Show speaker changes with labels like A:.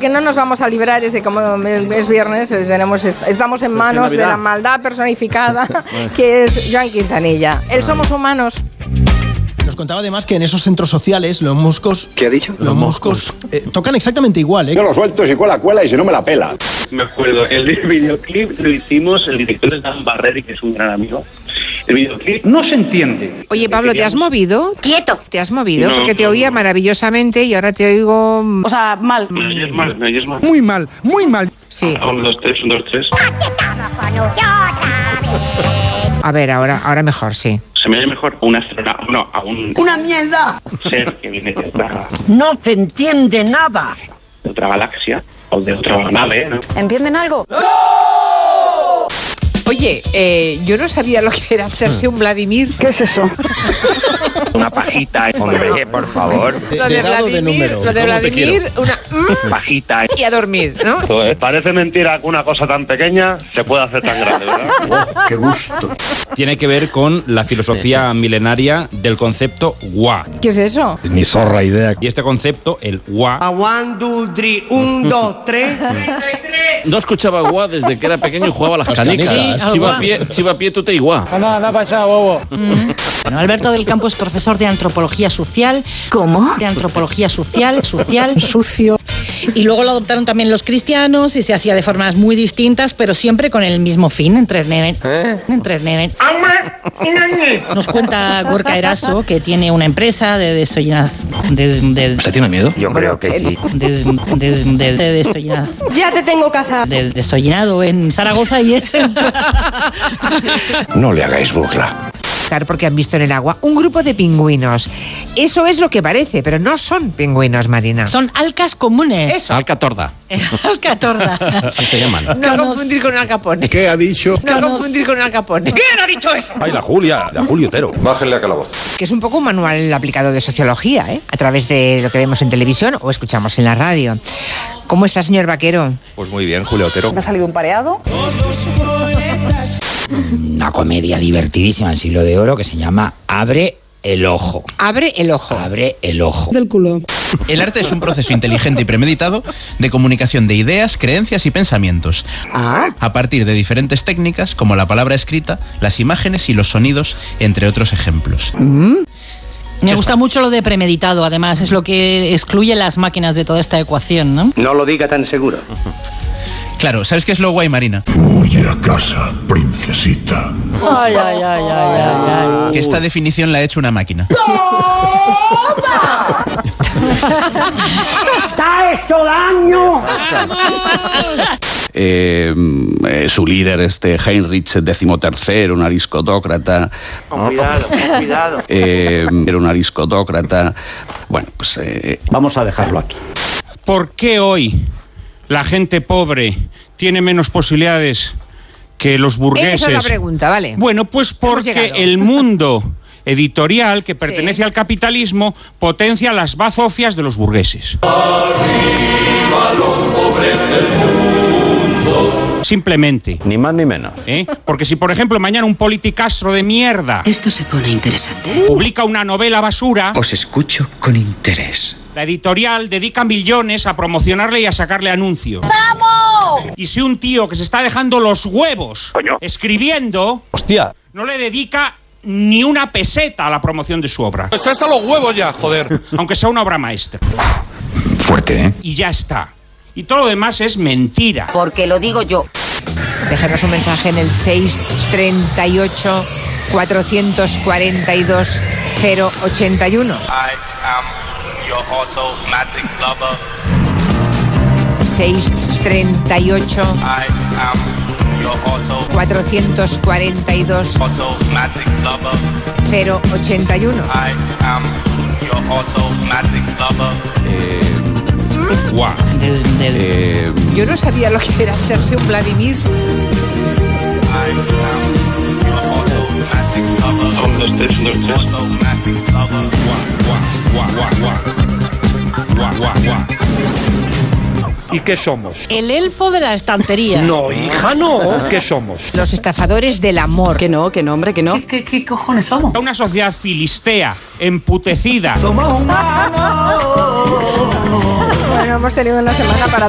A: Que no nos vamos a librar es de como es viernes, es- tenemos, estamos en
B: es
A: manos de
B: Navidad.
A: la maldad personificada que es Joan Quintanilla. El Somos Humanos.
C: Nos contaba además que en esos centros sociales los moscos.
D: ¿Qué ha dicho?
C: Los, moscos, eh, tocan exactamente igual, ¿eh?
E: Yo lo suelto si cuela, cuela y si no me la pela.
F: Me acuerdo, el videoclip lo hicimos, el director es Dan Barreri, que es un gran amigo. El videoclip no se entiende.
G: Oye, Pablo, ¿te has movido?
H: Quieto.
G: ¿Te has movido?
F: No,
G: Porque te
F: no,
G: oía
F: no.
G: maravillosamente y ahora te oigo... mm,
H: O sea, mal.
F: Me oyes mal, me oyes mal.
B: Muy mal, muy mal.
G: Sí.
F: Ah, Un, dos, tres, un, dos, tres.
G: A ver, ahora, ahora mejor, sí.
F: Se me oye mejor a un astronauta, no, a un
I: ¡Una mierda!
F: ser que viene de otra,
I: No te entiende nada.
F: de otra galaxia o de otra nave, ¿no?
H: ¿Entienden algo?
G: Oye, eh, yo no sabía lo que era hacerse un Vladimir.
I: ¿Qué es eso?
F: Una pajita, hombre, por favor.
C: De,
G: Lo
C: de
G: de
C: dado de
G: Vladimir,
C: número.
G: lo de
C: ¿Cómo te
G: Vladimir, una... mm,
F: Pajita.
G: Y a dormir, ¿no?
F: Parece mentira que una cosa tan pequeña se pueda hacer tan grande, ¿verdad?
E: Qué gusto.
J: Tiene que ver con la filosofía milenaria del concepto gua.
A: ¿Qué es eso?
E: Ni zorra idea.
J: Y este concepto, el gua.
I: One, two, three, un, dos, tres.
B: No escuchaba guá desde que era pequeño y jugaba a las
C: Las
B: canicas.
C: canicas. Sí,
B: Chiva pie, chiva pie, tú te iguá.
H: Bueno, Alberto del Campo es profesor de antropología social. ¿Cómo? De antropología social, social. Sucio. Y luego lo adoptaron también los cristianos y se hacía de formas muy distintas, pero siempre con el mismo fin, entre nenes.
B: ¿Eh?
H: Entre nenes. Nos cuenta Gorka Eraso que tiene una empresa de desollinaz. De, de,
B: ¿Usted tiene miedo?
D: Yo creo que sí.
H: de, de, de, de desollinaz.
A: Ya te tengo caza.
H: Del desollinado en Zaragoza y es en-
E: No le hagáis burla.
G: Claro, porque han visto en el agua un grupo de pingüinos. Eso es lo que parece, pero no son pingüinos, Marina.
H: son alcas comunes.
G: Eso.
B: Alcatorda.
H: Alcatorda.
B: Así se llaman.
G: No confundir con Al Capone.
E: ¿Qué ha dicho?
G: No confundir con Al Capone.
D: Ay, la Julia, la Julio Otero. Bájenle a voz.
G: Que es un poco un manual aplicado de sociología, ¿eh? A través de lo que vemos en televisión o escuchamos en la radio. ¿Cómo está, señor Vaquero?
D: Pues muy bien, Julio Otero.
H: Me ha salido un pareado.
K: una comedia divertidísima del siglo de oro que se llama Abre el ojo.
G: Abre el ojo.
K: Abre el ojo.
C: El arte es un proceso inteligente y premeditado de comunicación de ideas, creencias y pensamientos.
G: Ah.
C: A partir de diferentes técnicas como la palabra escrita, las imágenes y los sonidos, entre otros ejemplos.
G: Mm.
H: Me gusta mucho lo de premeditado, además, es lo que excluye las máquinas de toda esta ecuación, ¿no?
F: No lo diga tan seguro.
C: Claro, ¿sabes qué es lo guay, Marina?
E: Huye a casa, princesita.
H: Ay, ay, ay, ay,
C: Que esta definición la ha hecho una máquina.
B: Eh, mm, eh, su líder, este Heinrich XIII, un ariscotócrata. Con cuidado, con cuidado. era un ariscotócrata. Bueno, pues. eh,
J: ¿Por qué hoy la gente pobre tiene menos posibilidades que los burgueses?
G: Esa es la pregunta, vale.
J: Bueno, pues porque
G: llegado.
J: el mundo editorial que pertenece al capitalismo potencia las bazofias de los burgueses. Simplemente.
D: Ni más ni menos.
J: ¿eh? Porque si, por ejemplo, mañana un politicastro de mierda
H: Esto se pone interesante.
J: publica una novela basura,
K: Os escucho con interés.
J: la editorial dedica millones a promocionarle y a sacarle anuncios. Y si un tío que se está dejando los huevos
F: Coño.
J: escribiendo
D: Hostia.
J: no le dedica ni una peseta a la promoción de su obra,
B: Está Pues hasta los huevos ya, joder.
J: aunque sea una obra maestra.
K: Fuerte, ¿eh?
J: Y ya está. Y todo lo demás es mentira.
H: Porque lo digo yo.
G: Déjenos un mensaje en el 638 442 081.
F: I am your automatic lover.
G: 638
F: I am your auto,
G: 442
F: automatic lover. Ah.
G: 081.
F: I am your automatic lover.
J: Guau.
B: Eh,
G: Yo no sabía lo que era hacerse un Vladimir.
F: I am your automatic lover. Un, dos, tres, un, dos, tres. Automatic lover.
J: Guau, guau, guau. Guau, guau, guau.
H: El elfo de la estantería.
B: No, hija, no. ¿Qué somos?
G: Los estafadores del amor.
H: Que no, que no, hombre, que no. ¿Qué, qué, qué cojones somos?
J: Una sociedad filistea, emputecida.
A: Bueno, hemos tenido una semana para